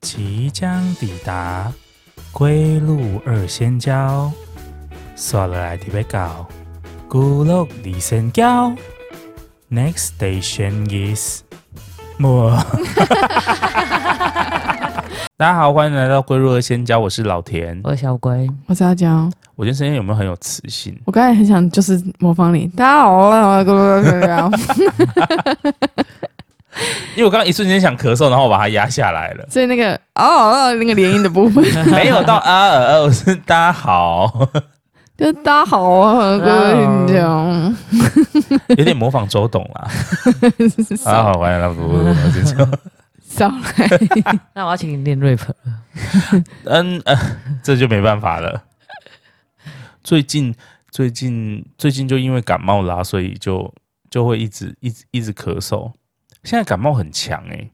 即将抵达归路二仙交，刷了来特别高，孤路二仙交。Next station is 莫。大家好，欢迎来到归路二仙交，我是老田。我是小龟，我是阿娇，我今天声音有没有很有磁性？我刚才很想就是模仿你，大家好啦，，因为我刚刚一瞬间想咳嗽，然后我把它压下来 了所以那个哦那个连音的部分，没有到啊呃呃，我是大家好，就是大家好啊，这样，有点模仿周董 啦。大家好，欢迎来到归路二仙交。少来，那我要请你练 rap 了。嗯呃， 这就没办法了。最近最近最近就因为感冒啦、所以就就会一直一直一直咳嗽。现在感冒很强哎、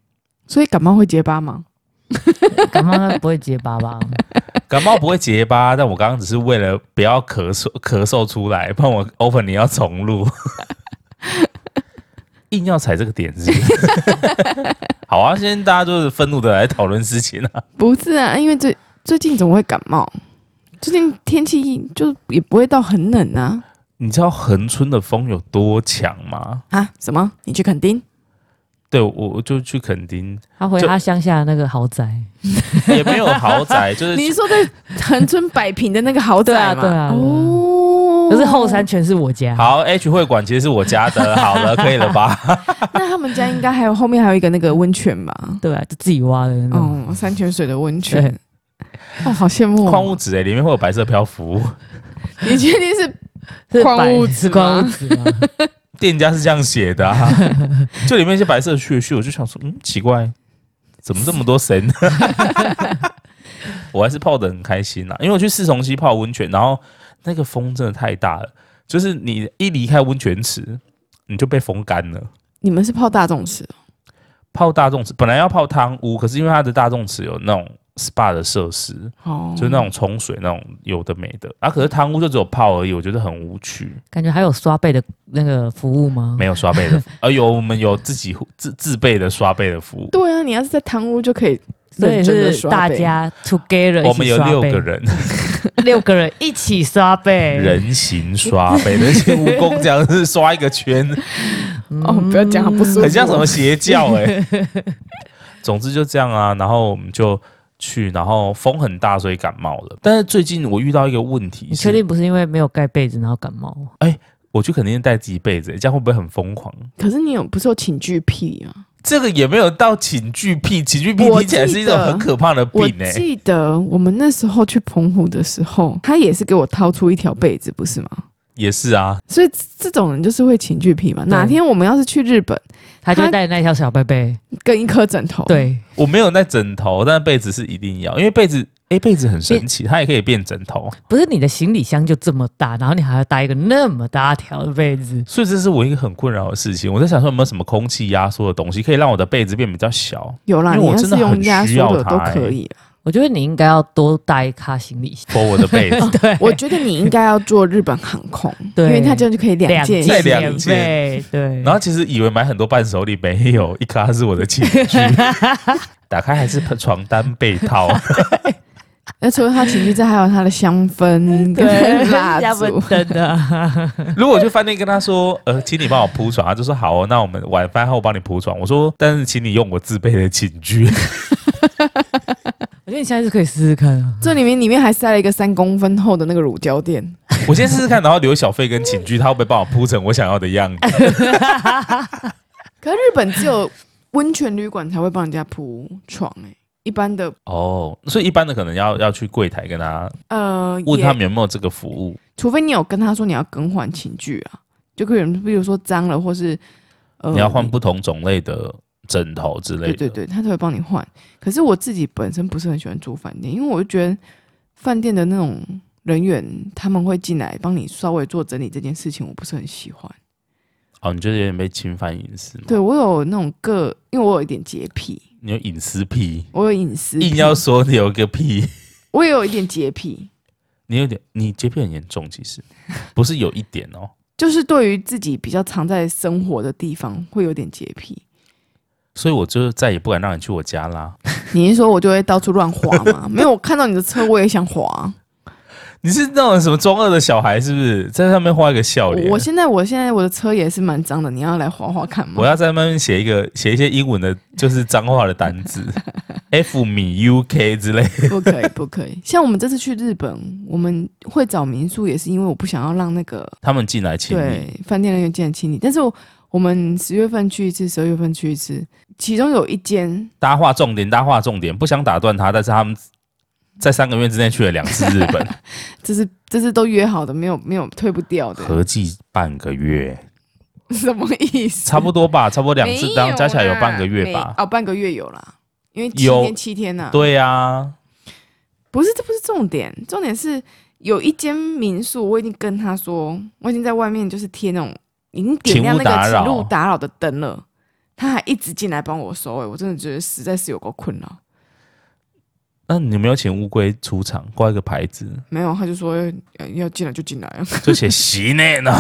所以感冒会结巴吗？感冒他不会结巴吧？感冒不会结巴，但我刚刚只是为了不要咳嗽咳嗽出来，不然我 open 你要重录， 硬要踩这个点子。 好啊，现在大家就是愤怒的来讨论事情啊。不是啊，因为最最近怎么会感冒？最近天气就也不会到很冷啊你知道恒春的风有多强吗？啊？什么？你去垦丁？对，我我就去垦丁， 他回就他乡下的那个豪宅，也没有豪 宅，就是你是说在恒春百平的那个豪宅吗？对啊对啊哦，可是后山全是我家。好 H 会馆其实是我家的，好了，可以了吧？那他们家应该还有后面还有一个那个温泉吧？对啊，就自己挖的那种。哦，山泉水的温泉嗯对，哦，好羡慕、矿 哦！物质哎、里面会有白色漂浮，你确定是是矿白物质是矿物吗质啊吗？店家是这样写的、 啊，就里面一些白色的絮絮，我就想说，嗯，奇怪，怎么这么多神？ 我还是泡的很开心啊啦、因为我去四重溪泡温泉，然后那个风真的太大了，就是你一离开温泉池，你就被风干了。你们是泡大众池哦？泡大众池本来要泡汤屋，可是因为它的大众池有那种 SPA 的设施，哦，就是那种冲水那种有的没的啊。可是汤屋就只有泡而已，我觉得很无趣，感觉还有刷背的那个服务吗？没有刷背的服务。呃，有我们有自己自自备的刷背的服务。对啊，你要是在堂屋就可以所以认真的是刷大背家 together 我们有六个，人， 六个人一起刷 背。人形刷背，人形蜈蚣这样子刷一个圈，哦，不要讲，好不舒服，很像什么邪教哎、总之就这样啊，然后我们就去，然后风很大，所以感冒了。但是最近我遇到一个问题你确是，定不是因为没有盖被子然后感冒？我去肯定带自己被子、这样会不会很疯狂？可是你有不是有请剧癖啊？这个也没有到请剧癖，请剧癖我听起来是一种记得很可怕的病我哎、记得我们那时候去澎湖的时候，他也是给我掏出一条被子，不是吗？也是啊，所以这这种人就是会请剧癖嘛。哪天我们要是去日本，他就他带那条小贝贝。跟一颗枕哦头，，对，我没有带枕头，但被子是一定要，因为被子，哎、被子很神奇，它也可以变枕头，不是你的行李箱就这么大，然后你还要搭一个那么大条的被子。所以这是我一个很困扰的事情。我在想说有没有什么空气压缩的东西可以让我的被子变比较小，有啦，因你为我要真的是很用压需要缩的都它欸可以啊。我觉得你应该要多带一卡行李箱。 for 我的被子。对， 我觉得你应该要做日本航空，对因为它这样就可以两件一件起。两免件费，对。然后其实以为买很多伴手礼，没有一咖是我的寝具，打开还是床单被套，那除了它情绪之外，还有它的 香氛跟蜡烛。真的，如果我去饭店跟他说，呃，请你帮我铺床，他就说好、哦，那我们晚饭后帮你铺床。我说，但是请你用我自备的寝具。我觉得你下次可以试试看 啊。这里面里面还塞了一个三公分厚的那个乳胶垫，我先试试看，然后留小费跟寝具，他会不会帮我铺成我想要的样子？可是日本只有温泉旅馆才会帮人家铺床哎、一般的哦，所以一般的可能要要去柜台跟他呃问也他们有没有这个服务。除非你有跟他说你要更换寝具啊，就可以比如说脏了或是呃你要换不同种类的枕头之类的。对对对，他才会帮你换。可是我自己本身不是很喜欢住饭店，因为我就觉得饭店的那种人员他们会进来帮你稍微做整理这件事情，我不是很喜欢。哦，你觉得有点被侵犯隐私吗？对我有那种个，因为我有一点洁癖，你有隐私癖，我有隐私癖，硬要说你有个屁，我也有一点洁癖， 你有点你洁癖很严重，其实不是有一点哦。就是对于自己比较常在生活的地方会有点洁癖。所以我就再也不敢让你去我家啦。你一说，我就会到处乱滑嘛？ 没有，我看到你的车，我也想滑。你是那种什么中二的小孩，是不是？在上面画一个笑脸我。现在，我现在我的车也是蛮脏的，你要来滑滑看吗？我要在那边写一个写一些英文的，就是脏话的单 字，F 米 U K 之类。不可以，不可以。像我们这次去日本，我们会找民宿，也是因为我不想要让那个他们进来请你，对饭店人员进来清理。但是我我们十月份去一次，十二月份去一次，其中有一间大家画重点，大家画重点，不想打断他，但是他们在三个月之内去了两次日 本，这是这是都约好的，没有没有退不掉的，合计半个月， 什么意思？差不多 吧，差不多两次没，有然后加起来有啦半个月没吧。哦，半个月有啦，因为七有天七天呐、啊。对呀、啊，不是，这不是重点，重点是有一间民宿，我已经跟他说，我已经在外面就是贴那种已经点亮那请勿打个扰请勿打扰的灯了，他还一直进来帮我收、欸，我真的觉得实在是有够困扰。那你有没有请乌龟出场挂一个牌 子，没有，他就说要要进来就进来啊，就写席内呢？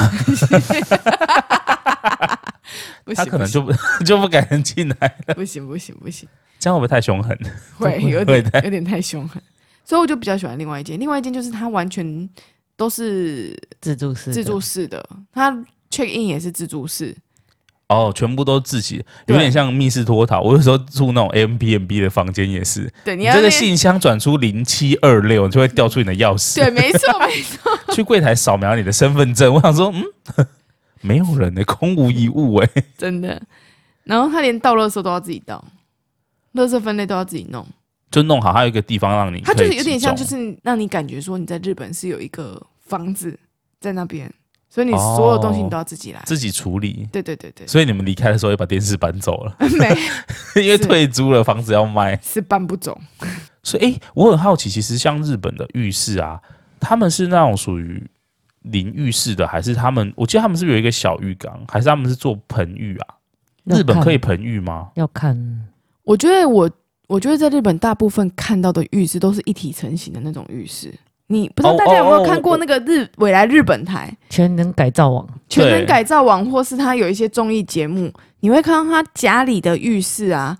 不他行，可能就不 就不敢进来， 不行不行不行，这样会不会太凶狠？ 会有会点有点太凶狠，所以我就比较喜欢另外一间，另外一间就是它完全都是自助式的自助式的，它 check in 也是自助式，哦，全部都自己，对有点像密室脱逃。我有时候住那种 M B M B 的房间也是，对，你你要这那个信箱转出零七二六，就会调出你的钥匙。 对，没错没错。 去柜台扫描你的身份证。我 想说，嗯，没有人呢、欸空无一物哎、真的。然后他连倒垃圾都要自己倒，垃圾分类都要自己弄。 就弄好，还有一个地方让你他可就以是有点像，集就中是让你感觉说你在日本是有一个房子在那边，所以你所有东西你都要自己来。哦自己处理。对对对对，所以你们离开的时候也把电视搬走 了，没因为是退租了，房子要卖。是搬不走。所以，诶、欸我很好奇，其实像日本的浴室啊，他们是那种属于淋浴室的，还是他们？我记得他们是不是有一个小浴缸，还是他们是做盆浴啊？要日本看可以盆浴吗？要看我觉得我我觉得在日本大部分看到的浴室都是一体成型的那种浴室。你不知道哦大家有没哦有哦看过我那个日未来日本台全能改造网，全对能改造网，或是他有一些综艺节目，你会看到他家里的浴室啊，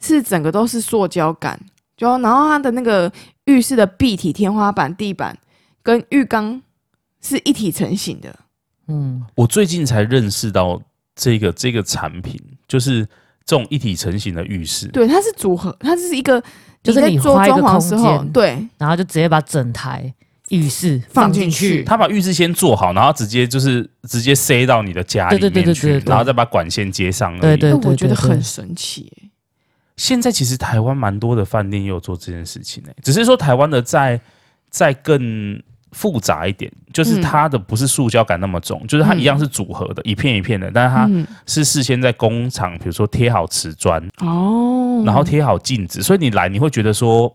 是整个都是塑胶感，就然后他的那个浴室的壁体、天花板、地板跟浴缸是一体成型的。嗯，我最近才认识到这个这个产品，就是这种一体成型的浴室。对，它是组合，它是一个就是在你做花一个装潢的空时候间，对，然后就直接把整台浴室放进进去他把浴室先做好，然后直接就是直接塞到你的家里对对对面对去对，对然后再把管线接上而已。对对哎我觉得对对很神奇耶、现在其实台湾蛮多的饭店也有做这件事情呢、只是说台湾的再再更复杂一点，就是嗯它的不是塑胶感那么重，就是嗯它一样是组合的，一片一片的，但是它嗯，是事先在工厂，比如说贴好瓷砖，哦，然后贴好镜子，所以你来你会觉得说。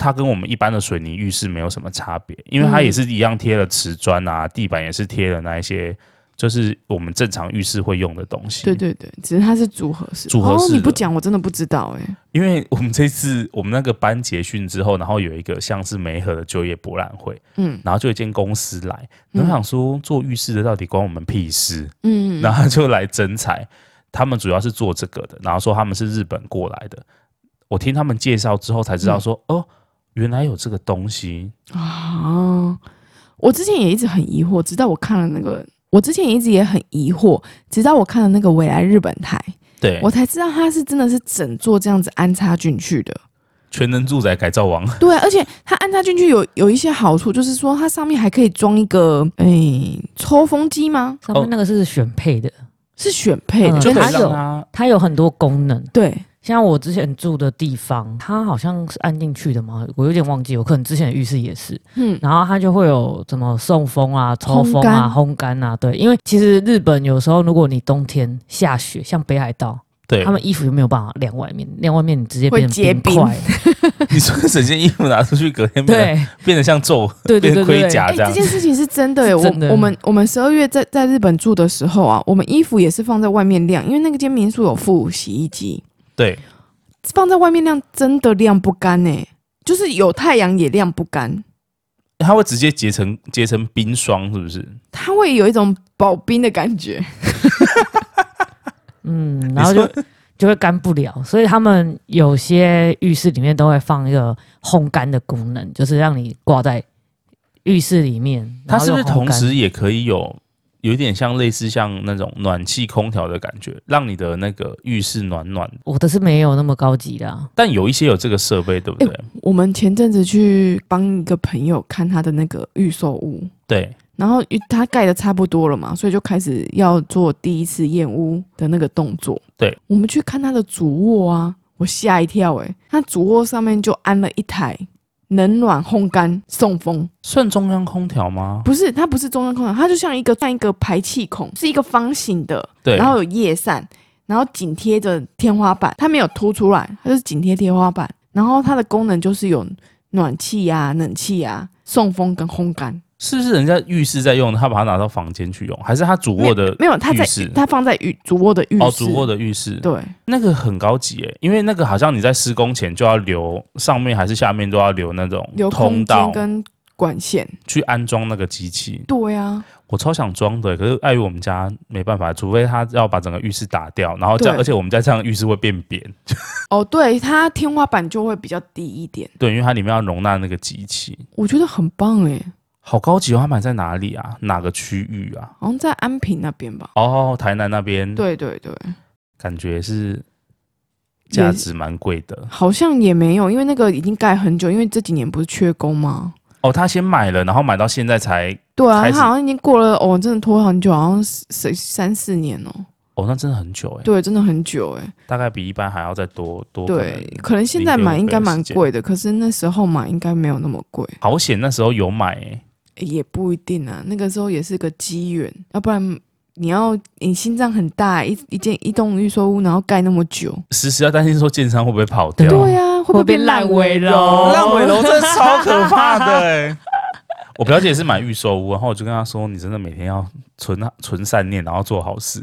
它跟我们一般的水泥浴室没有什么差别，因为它嗯也是一样贴了瓷砖啊，地板也是贴了那一些，就是我们正常浴室会用的东西。对对对，只是它是组合式，组合哦式，你不的讲我真的不知道哎、因为我们这次我们那个班结训之后，然后有一个像是梅河的就业博览会，嗯然后就有一间公司来，然后嗯想说做浴室的到底关我们屁事，嗯，然后就来征才。他们主要是做这个的，然后说他们是日本过来的。我听他们介绍之后才知道嗯说，哦，原来有这个东西，啊，我之前也一直很疑惑，直到我看了那个，我之前也一直也很疑惑，直到我看了那个未来日本台，对我才知道它是真的是整座这样子安插进去的。全能住宅改造 王，对，啊而且它安插进去有有一些好处，就是说它上面还可以装一个，哎、抽风机吗？上面那个是选配的，是选配的，嗯就就可它以还有让他它有很多功能。对，像我之前住的地方，它好像是按进去的嘛，我有点忘记，我可能之前的浴室也是。嗯，然后它就会有怎么送风啊、抽风啊、烘干啊，对，因为其实日本有时候如果你冬天下雪，像北海道，对他们衣服就没有办法晾外面，晾外面你直接会变结成冰块， 你说整件衣服拿出去，隔天 变得对变得像皱，对变对对对盔对，甲哎、啊这样这。件事情是真的耶、是真的我我们我们十二月在在日本住的时候啊，我们衣服也是放在外面晾，因为那个间民宿有附洗衣机。对，放在外面晾真的晾不干呢、就是有太阳也晾不干，它会直接结成结成冰霜，是不是？它会有一种保冰的感觉。 嗯，然后就就会干不了，所以他们有些浴室里面都会放一个烘干的功能，就是让你挂在浴室里面。它然后是不是用烘同干时也可以有有一点像类似像那种暖气空调的感觉，让你的那个浴室暖暖的？我的是没有那么高级啊啦，但有一些有这个设备，对哎不对？我们前阵子去帮一个朋友看他的那个预售屋，对，然后因为他盖的差不多了嘛，所以就开始要做第一次验屋的那个动作。对，我们去看他的主卧啊，我吓一跳诶、他主卧上面就安了一台冷暖烘干送风，算中央空调吗？不是它不是中央空调，它就像一个像一个排气孔，是一个方形的，对然后有叶扇，然后紧贴着天花板，它没有凸出来，它就是紧贴天花板，然后它的功能就是有暖气啊、冷气啊、送风跟烘干。是不是人家浴室在用，他把它拿到房间去用，还是他主卧的没有，它在浴室它放在浴主卧的浴室。哦主卧的浴室？对，那个很高级诶，因为那个好像你在施工前就要留上面还是下面都要留那种留通空道间跟管线。去安装那个机器。对啊，我超想装的，可是碍于我们家没办法，除非他要把整个浴室打掉，然后这样，对而且我们家这样浴室会变扁，哦，对，它天花板就会比较低一点，对，因为它里面要容纳那个机器，我觉得很棒哎，好高级哦！它买在哪里啊？哪个区域啊？好像在安平那边吧。哦，台南那边，，对对对，感觉是价也值蛮贵的。好像也没有，因为那个已经盖很久，因为这几年不是缺工吗？哦，他先买了，然后买到现在才，对啊，开他始好像已经过了哦，真的拖很久，好像三三四年哦。哦，那真的很久哎，对，真的很久哎。大概比一般还要再多多。对，可能现在买应该蛮贵的，可是那时候买应该没有那么贵，好险那时候有买哎，也不一定啊。那个时候也是个机缘，要不然你要你心脏很大，一一间一栋预售屋，然后盖那么久，时时要担心说建商会不会跑掉。对啊，会不会会被变烂尾了？楼？烂尾楼真的超可怕的、欸。 我表姐也是买预售屋，然后我就跟她说：“你真的每天要存存善念，然后做好 事，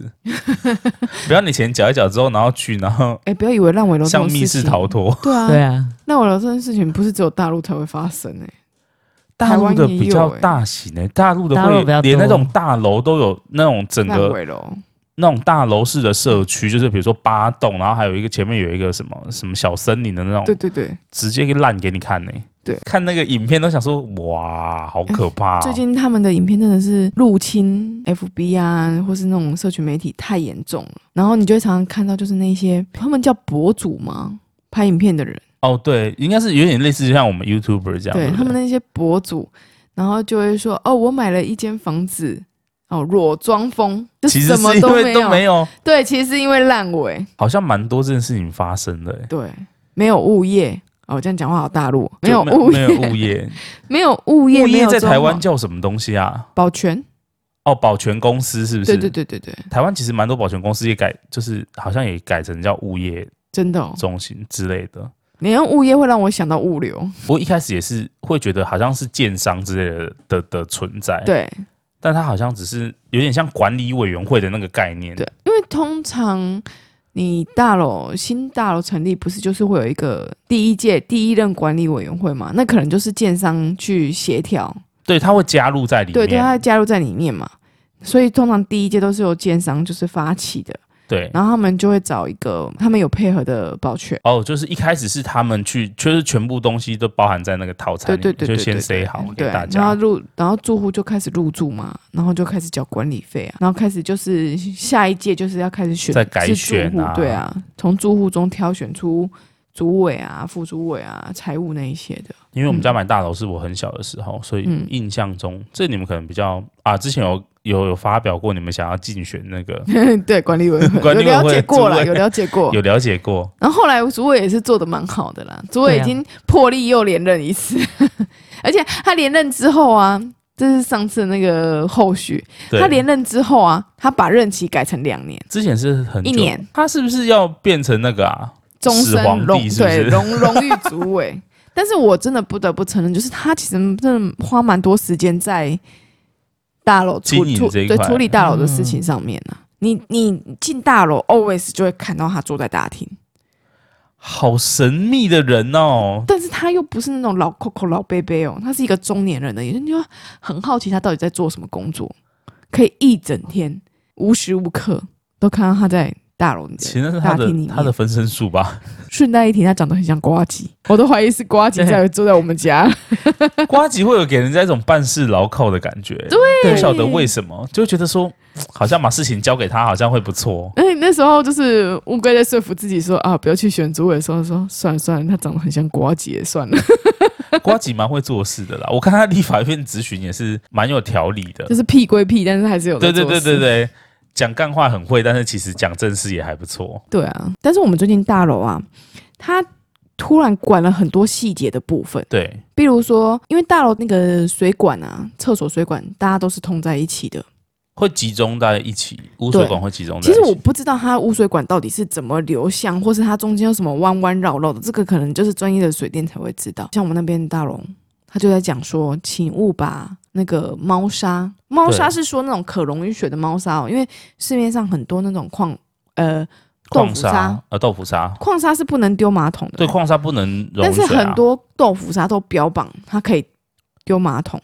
不要你钱缴一缴之后，然后去，然后哎、不要以为烂尾楼这像种密事室情，逃脱。对啊，对啊，烂尾楼这件事情不是只有大陆才会发生哎、”大台陆湾的也有比较欸大型诶、大陆的大陆比会较多连那种大楼都有那种整烂个尾楼，那种大楼式的社区，就是比如说八栋，然后还有一个前面有一个什么什么小森林的那种，对对对。直接烂给你看呢、对看那个影片都想说哇，好可怕哦、最近他们的影片真的是入侵 FB 啊，或是那种社群媒体太严重了，然后你就会常常看到，就是那些他们叫博主吗？拍影片的人，哦，对，应该是有点类似像我们 YouTuber 这样，对不他们那些博主，然后就会说哦，我买了一间房子，哦，裸装风，就其实什么是因为没都没有，对，其实是因为烂尾，好像蛮多这件事情发生的、欸，对，没有物业。哦，这样讲话好大陆，没有就物没有业，物业， 没有物业，物没业有在装台湾潢叫什么东西啊？保全，哦，保全公司是不是？对对。对对对，台湾其实蛮多保全公司也改，就是好像也改成叫物业真的、哦，中心之类的。你用物业会让我想到物流，我一开始也是会觉得好像是建商之类的的的存在，。对，但它好像只是有点像管理委员会的那个概念，对，因为通常你大楼新大楼成立，不是就是会有一个第一届第一任管理委员会嘛？那可能就是建商去协调，对，它会加入在里面，对对，他会加入在里面嘛。所以通常第一届都是由建商就是发起的，对然后他们就会找一个他们有配合的保全，哦，就是一开始是他们去，就是全部东西都包含在那个套餐对里面，对对对，就先对 say 好给对，大然家。后入，然后住户就开始入住嘛，然后就开始缴管理费啊，然后开始就是下一届就是要开始选，再改是住选户啊对啊，从住户中挑选出主委啊、副主委啊、财务那一些的， 因为我们家买大楼是我很小的时候，所以嗯印象中，这你们可能比较啊，之前有有有发表过，你们想要竞选那个对，管理委员会管理委员有了会解过主了，委。有了解过有了解过，然后后来主委也是做的蛮好的啦，主委对已啊经破例又连任一次， 而且他连任之后啊，这是上次那个后续，对，他连任之后啊，他把任期改成两年。之前是很久一年，他是不是要变成那个啊？终始身皇帝荣是不对是荣荣誉 主委。但是我真的不得不承认，就是他其实真的花蛮多时间在大楼处经营处这一对块嗯处理大楼的事情上面呢、你你进大楼，always 就会看到他坐在大厅，好神秘的人哦，但是他又不是那种老 Coco 老贝贝哦，他是一个中年人的，也就是你就很好奇他到底在做什么工作，可以一整天无时无刻都看到他在大楼其实那是大他的厅里面他的分身术吧？ 顺带一提，它长得很像瓜吉，我都怀疑是瓜吉对在住在我们家。瓜吉会有给人家一种办事牢靠的感觉，对不晓得为什么，就会觉得说好像把事情交给他，好像会不错。 而且哎那时候就是乌龟在说服自己说啊，不要去选组委的时候说，算了算了，他长得很像瓜吉，也算了，瓜吉蛮会做事的啦，我看他立法院质询也是蛮有条理的 就。是屁归屁，但是还是有在对对做对事对对，讲干话很会，但是其实讲正事也还不错。对啊！但是我们最近大楼啊，他突然管了很多细节的部分，对，比如说，因为大楼那个水管啊，厕所水管大家都是通在一起的，会集中在一起，污水管会集中在其一起。实我不知道它污水管到底是怎么流向，或是它中间有什么弯弯绕绕的，这个可能就是专业的水电才会知道。像我们那边大龙，他就在讲说，请勿把那个猫砂，猫砂对是说那种可溶于水的猫砂哦，因为市面上很多那种矿呃豆矿腐砂沙，呃豆腐沙，矿砂是不能丢马桶的，欸对，矿沙不能溶于但是水、啊、很多豆腐砂都标榜它可以丢马桶，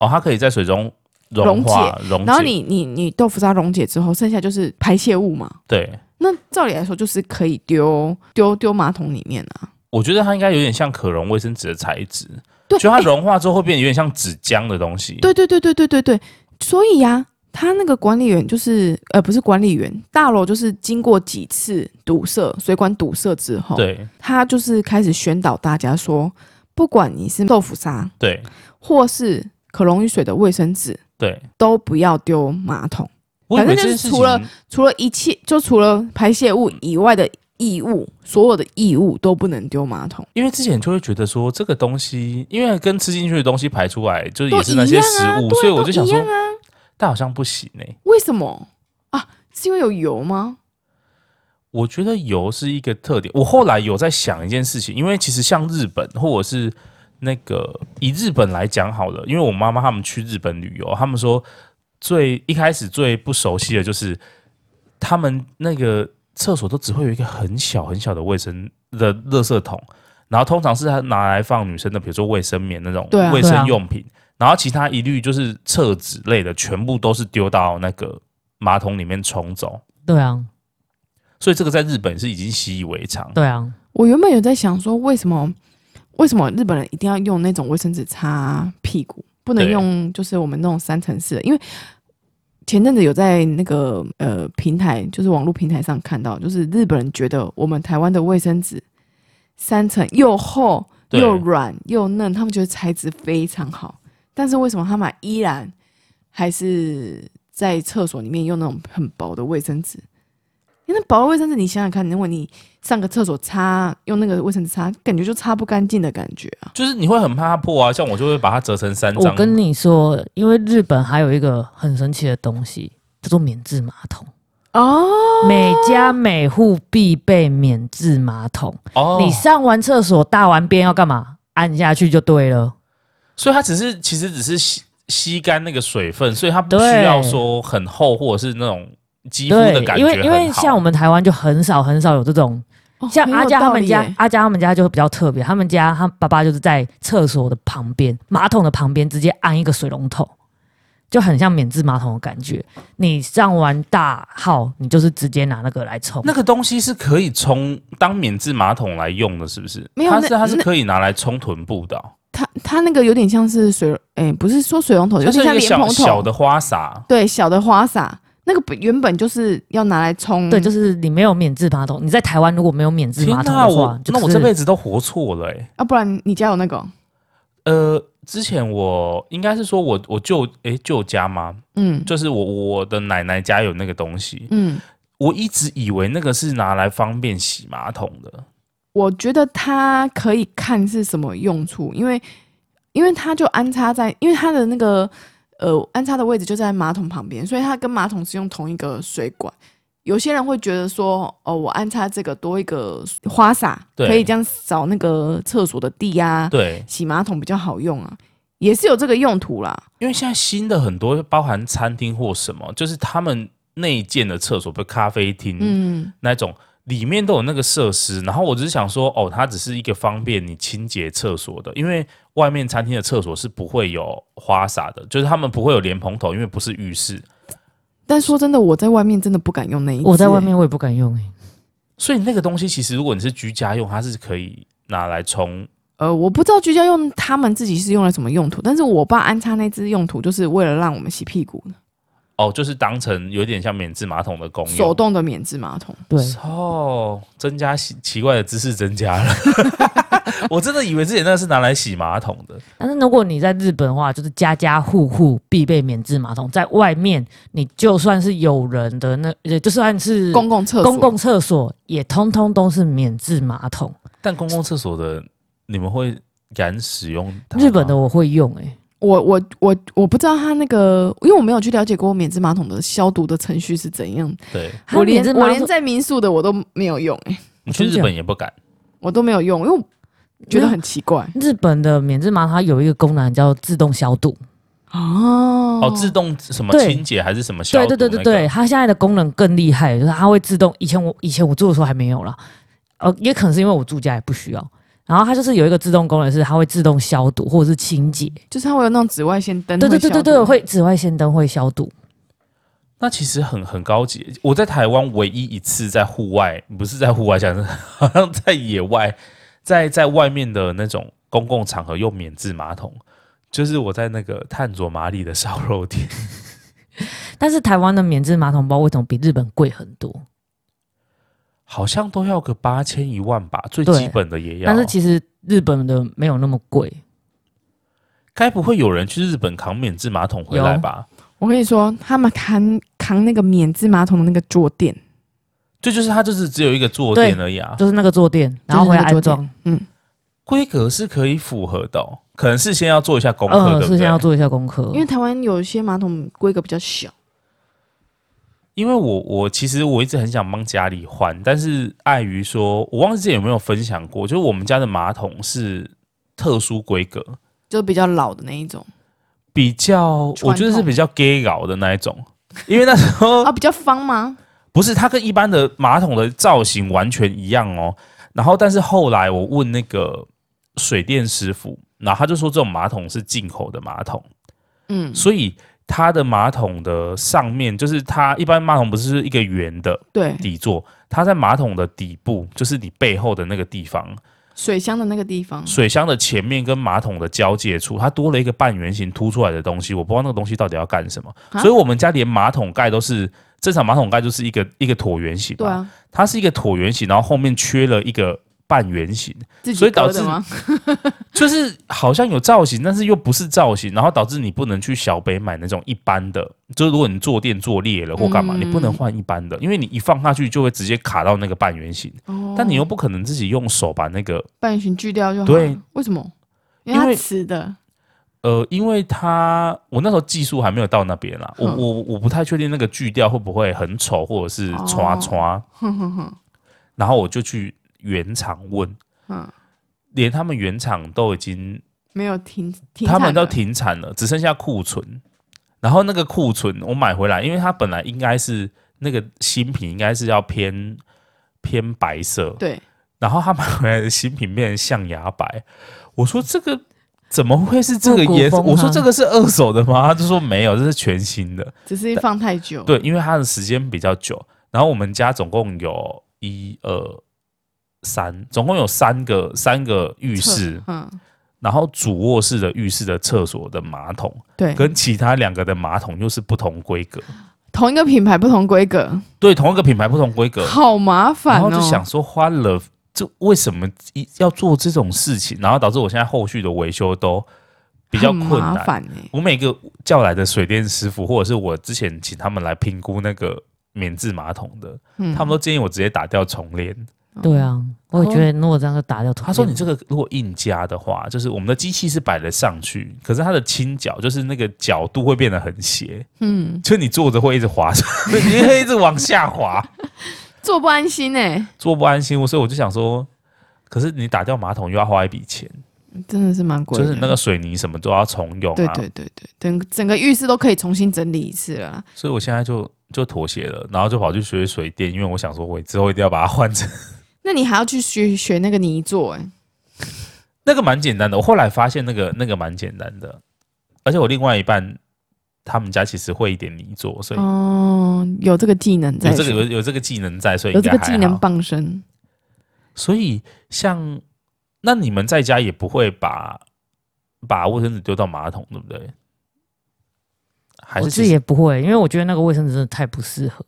哦，它可以在水中溶融化溶解，然后你你你豆腐砂溶解之后，剩下就是排泄物嘛。对，那照理来说，就是可以丢丢丢马桶里面啊。我觉得它应该有点像可溶卫生纸的材质，对，就它哎融化之后会变得有点像纸浆的东西。对对对对对对对，所以呀、他那个管理员就是呃，不是管理员，大楼就是经过几次堵塞，水管堵塞之后，对他就是开始宣导大家说，不管你是豆腐砂对或是可溶于水的卫生纸，对，都不要丢马桶。我以反正为就这是件事除了情除了一切，就除了排泄物以外的异物，所有的异物都不能丢马桶。因为之前就会觉得说这个东西，因为跟吃进去的东西排出来就是都也是那些食物，所以我就想一说样，啊，但好像不行哎、为什么啊？是因为有油吗？我觉得油是一个特点。我后来有在想一件事情，因为其实像日本或者是那个以日本来讲好了，因为我妈妈他们去日本旅游，他们说最一开始最不熟悉的就是他们那个厕所都只会有一个很小很小的卫生的垃圾桶，然后通常是拿来放女生的，比如说卫生棉那种对啊卫生用品，然后其他一律就是厕纸类的，全部都是丢到那个马桶里面冲走。对啊，所以这个在日本是已经习以为常。对啊，我原本有在想说，为什么为什么日本人一定要用那种卫生纸擦屁股，不能对用就是我们那种三层式的？因为前阵子有在那个呃平台，就是网络平台上看到，就是日本人觉得我们台湾的卫生纸三层又厚对又软又嫩，他们觉得材质非常好，但是为什么他们依然还是在厕所里面用那种很薄的卫生纸？因为那薄的卫生纸，你想想看，如果你上个厕所擦用那个卫生纸擦，感觉就擦不干净的感觉啊。就是你会很怕它破啊，像我就会把它折成三我张。跟你说，因为日本还有一个很神奇的东西，叫做免治马桶，哦每家每户必备免治马桶。哦，你上完厕所大完便要干嘛？按下去就对了。所以它只是其实只是吸吸干那个水分，所以它不对需要说很厚或者是那种肌肤的对感，觉因为因为很好像我们台湾就很少很少有这种，哦像阿佳他们家，阿佳他们家就比较特别，他们家他爸爸就是在厕所的旁边，马桶的旁边直接安一个水龙头，就很像免治马桶的感觉。你上完大号，你就是直接拿那个来冲。那个东西是可以冲当免治马桶来用的，是不是？没有它是那它是那可以拿来冲臀部的哦、它它那个有点像是水，哎、不是说水龙头，它就是一像个莲小蓬头，小的花洒。对小的花洒，那个本原本就是要拿来冲，嗯对，就是你没有免治马桶，你在台湾如果没有免治天马桶哪，的话我，就那我这是辈子都活错了、欸。啊，不然你家有那个哦，呃，之前我应该是说我我舅诶舅家吗？嗯就是我我的奶奶家有那个东西，嗯，我一直以为那个是拿来方便洗马桶的。我觉得它可以看是什么用处，因为因为它就安插在，因为它的那个呃安插的位置就在马桶旁边，所以它跟马桶是用同一个水管。有些人会觉得说，哦，我安插这个多一个花洒，对可以这样扫那个厕所的地啊，对，洗马桶比较好用啊，也是有这个用途啦。因为现在新的很多，包含餐厅或什么，就是他们内建的厕所，比如咖啡厅、嗯，那种，里面都有那个设施。然后我只是想说，哦，它只是一个方便你清洁厕所的，因为外面餐厅的厕所是不会有花洒的，就是他们不会有莲蓬头，因为不是浴室。但说真的，我在外面真的不敢用那一只、我在外欸面我也不敢用、欸，所以那个东西其实如果你是居家用，它是可以拿来冲呃，我不知道居家用他们自己是用来什么用途，但是我爸安插那只用途就是为了让我们洗屁股的，哦，就是当成有点像免治马桶的功用。手动的免治马桶。对，哦，增加奇奇怪的知识增加了。 我真的以为之前那是拿来洗马桶的，但是如果你在日本的话，就是家家户户必备免治马桶，在外面你就算是有人的那，也就算是公共厕所，公共厕所，也通通都是免治马桶。但公共厕所的你们会敢使用它吗？日本的我会用、欸，我我我我不知道他那个，因为我没有去了解过免治马桶的消毒的程序是怎样。对，它我免连治我马连桶在民宿的我都没有用、欸，你去真日假本也不敢。我都没有用，因为我觉得很奇怪日本的免治马桶它有一个功能叫自动消毒，哦哦，自动什么对清洁还是什么消对毒、那对个？对对对，它现在的功能更厉害，就是它会自动。以前我以前我住的时候还没有啦，呃，也可能是因为我住家也不需要。然后它就是有一个自动功能，是它会自动消毒或者是清洁。就是它会有那种紫外线灯，对对会对消对毒对，会紫外线灯会消毒。那其实很很高级。我在台湾唯一一次在户外，不是在户外，像是好像在野外， 在在外面的那种公共场合用免治马桶，就是我在那个探索马里的烧肉店。 但是台湾的免治马桶包为什么比日本贵很多？好像都要个八千一万吧，最基本的也要。但是其实日本的没有那么贵。该不会有人去日本扛免治马桶回来吧？我跟你说，他们扛扛那个免治马桶的那个坐垫，这就是它，就是只有一个坐垫而已啊。就是那个坐垫，然后回来安装。嗯规格是可以符合的哦、可能事先要做一下功课，嗯，对事不先要对？做一下功课，因为台湾有些马桶规格比较小。因为我我其实我一直很想帮家里换，但是碍于说，我忘记之前有没有分享过，就是我们家的马桶是特殊规格，就比较老的那一种比较传统我觉得是比较 gay 搞的那一种，因为那时候 啊，比较方吗？不是，它跟一般的马桶的造型完全一样哦。然后，但是后来我问那个水电师傅，然后他就说这种马桶是进口的马桶，嗯，所以它的马桶的上面就是它一般马桶不是一个圆的对，底座，它在马桶的底部，就是你背后的那个地方，水箱的那个地方，水箱的前面跟马桶的交界处，它多了一个半圆形凸出来的东西，我不知道那个东西到底要干什么。啊所以我们家连马桶盖都是正常马桶盖就是一个一个椭圆形嘛，对啊，它是一个椭圆形，然后后面缺了一个半圆形，自己所以导割的致吗？就是好像有造型，但是又不是造型，然后导致你不能去小北买那种一般的，就是如果你坐垫坐裂了或干嘛，嗯你不能换一般的，因为你一放下去就会直接卡到那个半圆形，哦但你又不可能自己用手把那个。半圆形锯掉就好。对，为什么？因因为为它瓷的， 呃，因为它我那时候技术还没有到那边啦，我嗯我我不太确定那个锯掉会不会很丑或者是哦刷刷，哼哼哼，然后我就去原厂问，嗯，连他们原厂都已经没有停停，他们都，停产了，只剩下库存。然后那个库存我买回来，因为它本来应该是那个新品应该是要偏偏白色，对，然后他买回来的新品变成象牙白。我说这个怎么会是这个复古颜色？风啊我说哈这个是二手的吗？他就说没有，这是全新的。嗯只是放太久。，对，因为它的时间比较久。然后我们家总共有一二三，总共有三个三个浴室，嗯，然后主卧室的浴室的厕所的马桶对，跟其他两个的马桶又是不同规格，同一个品牌不同规格，对，同一个品牌不同规格，好麻然烦后哦。就想说花了这为什么一要做这种事情，然后导致我现在后续的维修都比较很困麻难。烦哎。我每个叫来的水电师傅，或者是我之前请他们来评估那个免治马桶的，嗯他们都建议我直接打掉重练。对，啊，我也觉得如果这样就打掉头。哦他说：“你这个如果硬加的话，就是我们的机器是摆得上去，可是它的倾角就是那个角度会变得很斜，嗯，就你坐着会一直 滑，你会一直往下滑，坐不安心哎，坐不安心。所以我就想说，可是你打掉马桶又要花一笔钱，真的是蛮贵就的。是那个水泥什么都要重用啊。对对对对，整整个浴室都可以重新整理一次了啦。所以我现在就就妥协了，然后就跑去学水电，因为我想说，我之后一定要把它换成那你还要去学学那个泥做哎、那个蛮简单的。我后来发现那个那个蛮简单的，而且我另外一半他们家其实会一点泥做，所以哦，有这个技能在有是这不个是，有有这个技能在，所以有应这该个还技能好傍身。所以像那你们在家也不会把把卫生纸丢到马桶，对不对？还我是自其己实也不会，因为我觉得那个卫生纸真的太不适合。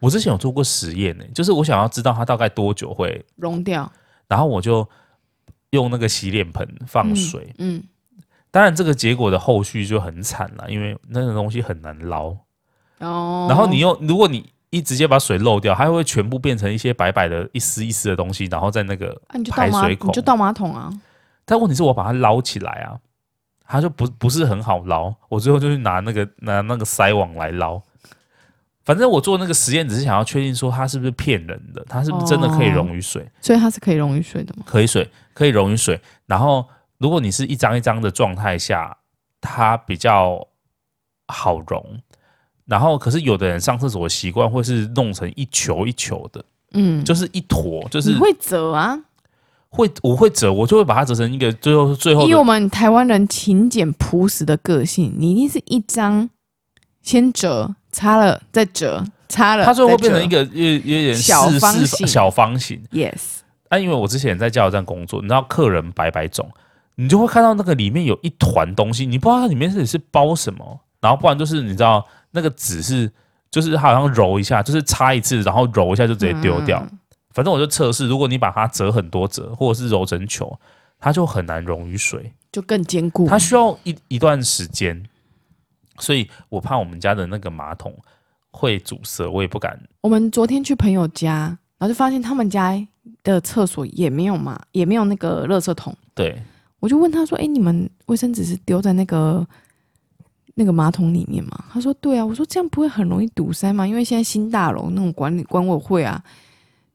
我之前有做过实验呢、就是我想要知道它大概多久会，融掉然后我就用那个洗脸盆放水。，嗯，当然，这个结果的后续就很惨了，因为那个东西很难捞。嗯哦，然后你又如果你一直接把水漏掉，它会全部变成一些白白的一丝一丝的东西，然后在那个啊，你就倒排马，水你孔就倒马桶啊，但问题是我把它捞起来啊，它就不不是很好捞。我最后就去拿那个拿那个筛网来捞。反正我做那个实验，只是想要确定说它是不是骗人的，它是不是真的哦可以溶于水，所以它是可以溶于水的嘛。可以水可以溶于水。然后如果你是一张一张的状态下，它比较好溶。然后可是有的人上厕所的习惯会是弄成一球一球的，嗯，就是一坨，就是你会折啊，会我会折，我就会把它折成一个最后最后以我的们台湾人勤俭朴实的个性，你一定是一张先折，擦了再折，擦了，它最后会变成一。个有有点小四方四形小方形。 Yes，啊，因为我之前在加油站工作，你知道客人百百种，你就会看到那个里面有一团东西，你不知道它里面是是包什么，然后不然就是你知道那个纸是就是它好像揉一下，就是擦一次，然后揉一下就直接丢掉。嗯反正我就测试，如果你把它折很多折，或者是揉成球，它就很难溶于水。就更坚固。它需要一一段时间，所以我怕我们家的那个马桶会阻塞，我也不敢。我们昨天去朋友家，然后就发现他们家的厕所也没有嘛，也没有那个垃圾桶。对，我就问他说：“哎、你们卫生纸是丢在那个那个马桶里面吗？”他说：“对啊。”我说：“这样不会很容易堵塞吗？因为现在新大楼那种管理管委会啊，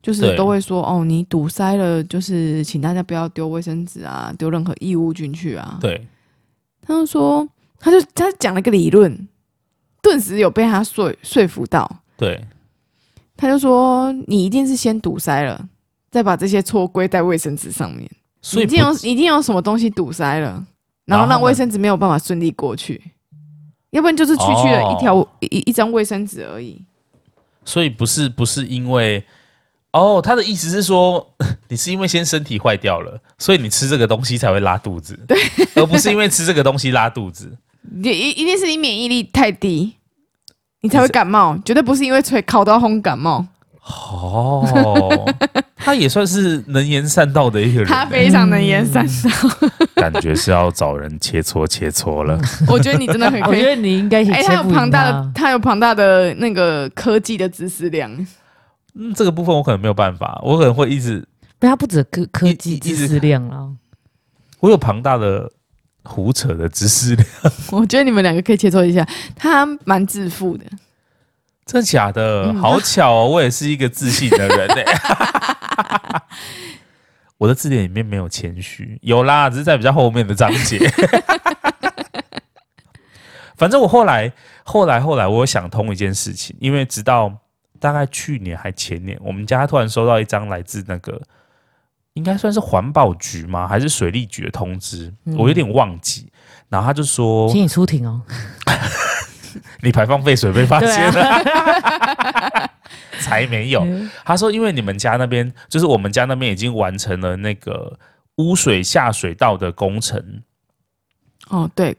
就是对都会说哦，你堵塞了，就是请大家不要丢卫生纸啊，丢任何异物进去啊。”对，他就说，他就他讲了一个理论，顿时有被他说说服到。对，他就说：“你一定是先堵塞了，再把这些错归在卫生纸上面。所以一不定有一定有什么东西堵塞了，然然后后让呢卫生纸没有办法顺利过去，要不然就是区区的哦一条、一一张卫生纸而已。所以不是不是因为哦，他的意思是说 你是因为先身体坏掉了，所以你吃这个东西才会拉肚子，对，而不是因为吃这个东西拉肚子。你一一定是你免疫力太低，你才会感冒，绝对不是因为吹烤到烘感冒。哦，他也算是能言善道的一个人，他非常能言善道，感觉是要找人切磋切磋了。 我觉得你真的很嗯 我可以觉。得你应该也哎、切他有不庞赢大的，他有庞大的那个科技的知识量。 嗯，这个部分我可能没有办法，我可能会一直不，他不止科科一技一知直哦识量啊，我有庞大的胡扯的知识量，我觉得你们两个可以切磋一下，他蛮自负的。真的假的？嗯好巧哦，我也是一个自信的人呢、我的字典里面没有谦虚，有啦，只是在比较后面的章节。反正我后来、后来、后来，我有想通一件事情，因为直到大概去年还前年，我们家突然收到一张来自那个，应该算是环保局吗？还是水利局的通知，嗯我有点忘记。然后他就说，请你出庭哦。你排放废水被发现对了，才没有。嗯他说，因为你们家那边，就是我们家那边已经完成了那个污水下水道的工程，哦，对，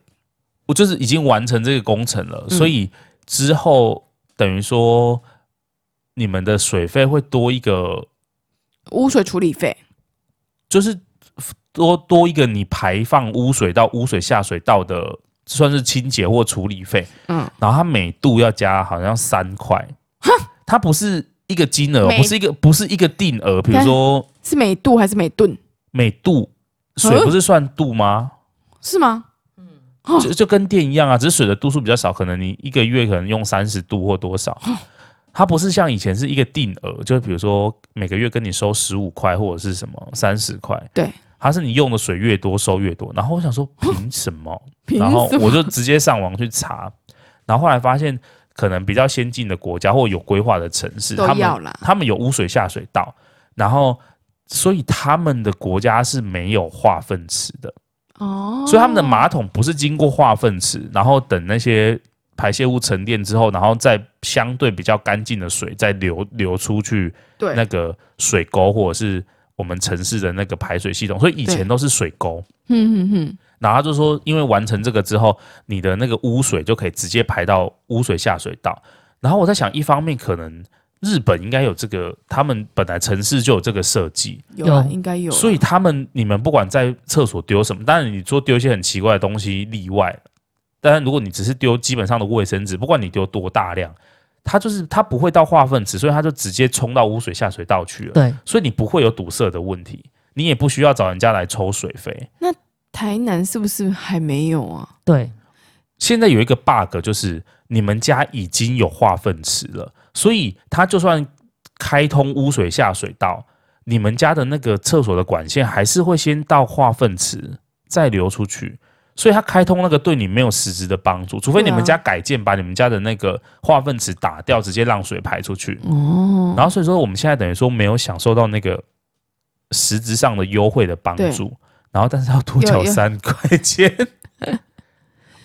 我就是已经完成这个工程了，嗯所以之后等于说你们的水费会多一个，污水处理费，就是多多一个你排放污水到污水下水道的，算是清洁或处理费。嗯，然后它每度要加好像三块，它不是一个金额，每哎不是一个不是一个定额，比如说是每度还是每吨？每度水不是算度吗？是吗？哦就就跟电一样啊，只是水的度数比较少，可能你一个月可能用三十度或多少。哦它不是像以前是一个定额，就是比如说每个月跟你收十五块或者是什么三十块，对，它是你用的水越多收越多。然后我想说凭什么？ 凭然后什么我就直接上网去查，然后后来发现，可能比较先进的国家或有规划的城市，都他要们啦？他们有污水下水道，然后所以他们的国家是没有化粪池的，哦，所以他们的马桶不是经过化粪池，然后等那些排泄物沉淀之后，然后再相对比较干净的水再流流出去对，那个水沟，或者是我们城市的那个排水系统。所以以前对都是水沟，嗯嗯嗯，然后他就说，因为完成这个之后，你的那个污水就可以直接排到污水下水道。然后我在想，一方面可能日本应该有这个，他们本来城市就有这个设计，有啊有应该有啊，所以他们你们不管在厕所丢什么，当然你说丢一些很奇怪的东西例外，但如果你只是丢基本上的卫生纸，不管你丢多大量，它就是它不会到化粪池，所以它就直接冲到污水下水道去了，对，所以你不会有堵塞的问题，你也不需要找人家来抽水费。台南是不是还没有啊？对，现在有一个 bug，就是你们家已经有化粪池了，所以它就算开通污水下水道，你们家的那个厕所的管线还是会先到化粪池，再流出去。所以它开通那个对你没有实质的帮助，除非你们家改建，把你们家的那个化粪池打掉，直接让水排出去。哦，然后所以说我们现在等于说没有享受到那个实质上的优惠的帮助，然后但是要多有缴有三块 钱。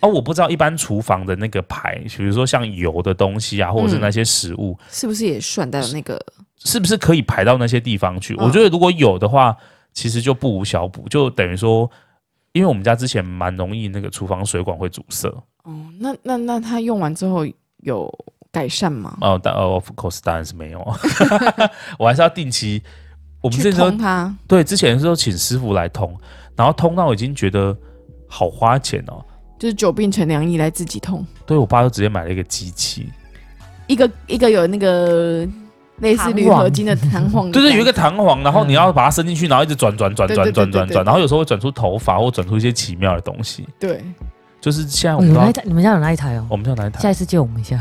哦，我不知道一般厨房的那个牌，比如说像油的东西啊，或者是嗯那些食物，是不是也算到那个？是不是可以排到那些地方去？嗯我觉得如果有的话，其实就不无小补，就等于说，因为我们家之前蛮容易那个厨房水管会阻塞，哦，那那那他用完之后有改善吗？哦，但哦，of course 当然是没有， 我还是要定期。我们去这时候通他，对，之前的时候请师傅来通，然后通到已经觉得好花钱哦。就是久病成良医来自己通，对我爸就直接买了一个机器，一个一个有那个类似铝合金的弹簧，就是有一个弹簧，然后你嗯要把它伸进去，然后一直转转转嗯对转对对转对转对转，然后有时候会转出头发或转出一些奇妙的东西。对，就是现在我哦们有都那要一台，你们家有那一台哦，我们叫哪一下台？一次借我们一下。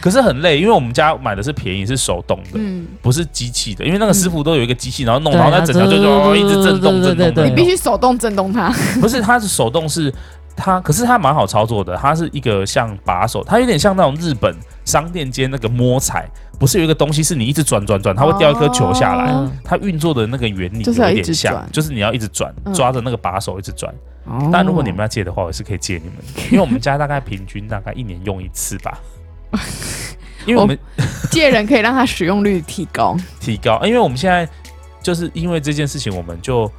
可是很累，因为我们家买的是便宜，是手动的，嗯，不是机器的。因为那个师傅都有一个机器，然后弄，嗯对然后那整条就对就对一直震动对震对动震对你动对必。须手动震动它， 不是，它是手动是它可是它蛮好操作的，它是一个像把手，它有点像那种日本商店街那个摸彩，不是有一个东西是你一直转转转，它会掉一颗球下来。哦它运作的那个原理有就是要一点直像，转就是你要一直转，嗯抓着那个把手一直转。哦嗯但如果你们要借的话，我是可以借你们，因为我们家大概平均大概一年用一次 吧。因为我们借人可以让它使用率提高，提高，啊因为我们现在就是因为这件事情，我们就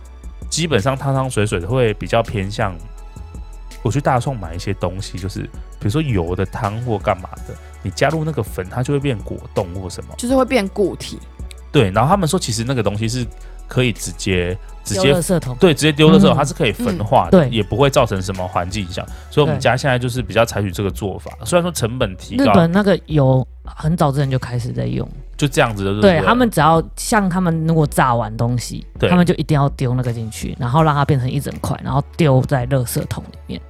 基本上汤汤水水会比较偏向我去大众买一些东西，就是比如说油的汤或干嘛的，你加入那个粉，它就会变果冻或什么。就是会变固体，对，然后他们说其实那个东西是可以直接直丢接垃圾桶，对直接丢的时候，嗯它是可以分化的，嗯对也不会造成什么环境影响。所以我们对家现在就是比较采取这个做法，虽然说成本提日高，本那个油很早之前就开始在用，就这样子的，对不他们只要像他们如果炸完东西，对他们就一定要丢那个进去，然后让它变成一整块，然后丢在垃圾桶里面，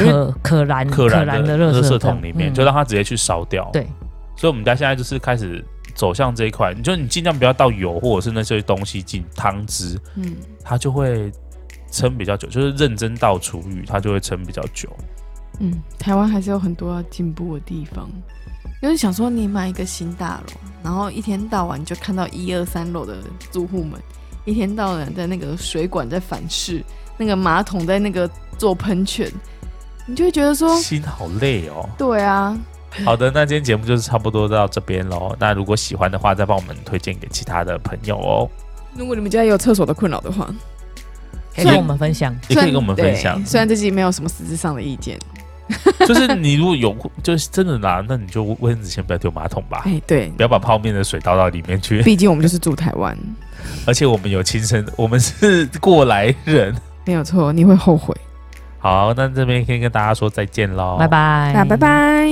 因为可可燃可燃的的垃圾桶桶里面，嗯就让它直接去烧掉。对所以我们家现在就是开始走向这一块，你就你尽量不要倒油或者是那些东西进汤汁，嗯，它就会撑比较久，就是认真倒厨余，它就会撑比较久。嗯，台湾还是有很多要进步的地方。就是想说，你买一个新大楼，然后一天到晚就看到一二三楼的住户们，一天到晚在那个水管在反噬，那个马桶在那个做喷泉，你就会觉得说，心好累哦。对啊，好的，那今天节目就是差不多到这边喽。那如果喜欢的话，再帮我们推荐给其他的朋友哦，如果你们家也有厕所的困扰的话，可以跟我们分享。也可以跟我们分享对。虽然自己没有什么实质上的意见，就是你如果有，就是真的啦，那你就卫生纸先不要丢马桶吧哎、，对，不要把泡面的水倒到里面去。 毕竟我们就是住台湾，而且我们有亲身，我们是过来人。没有错，你会后悔。好，那这边可以跟大家说再见喽，拜拜，那拜拜。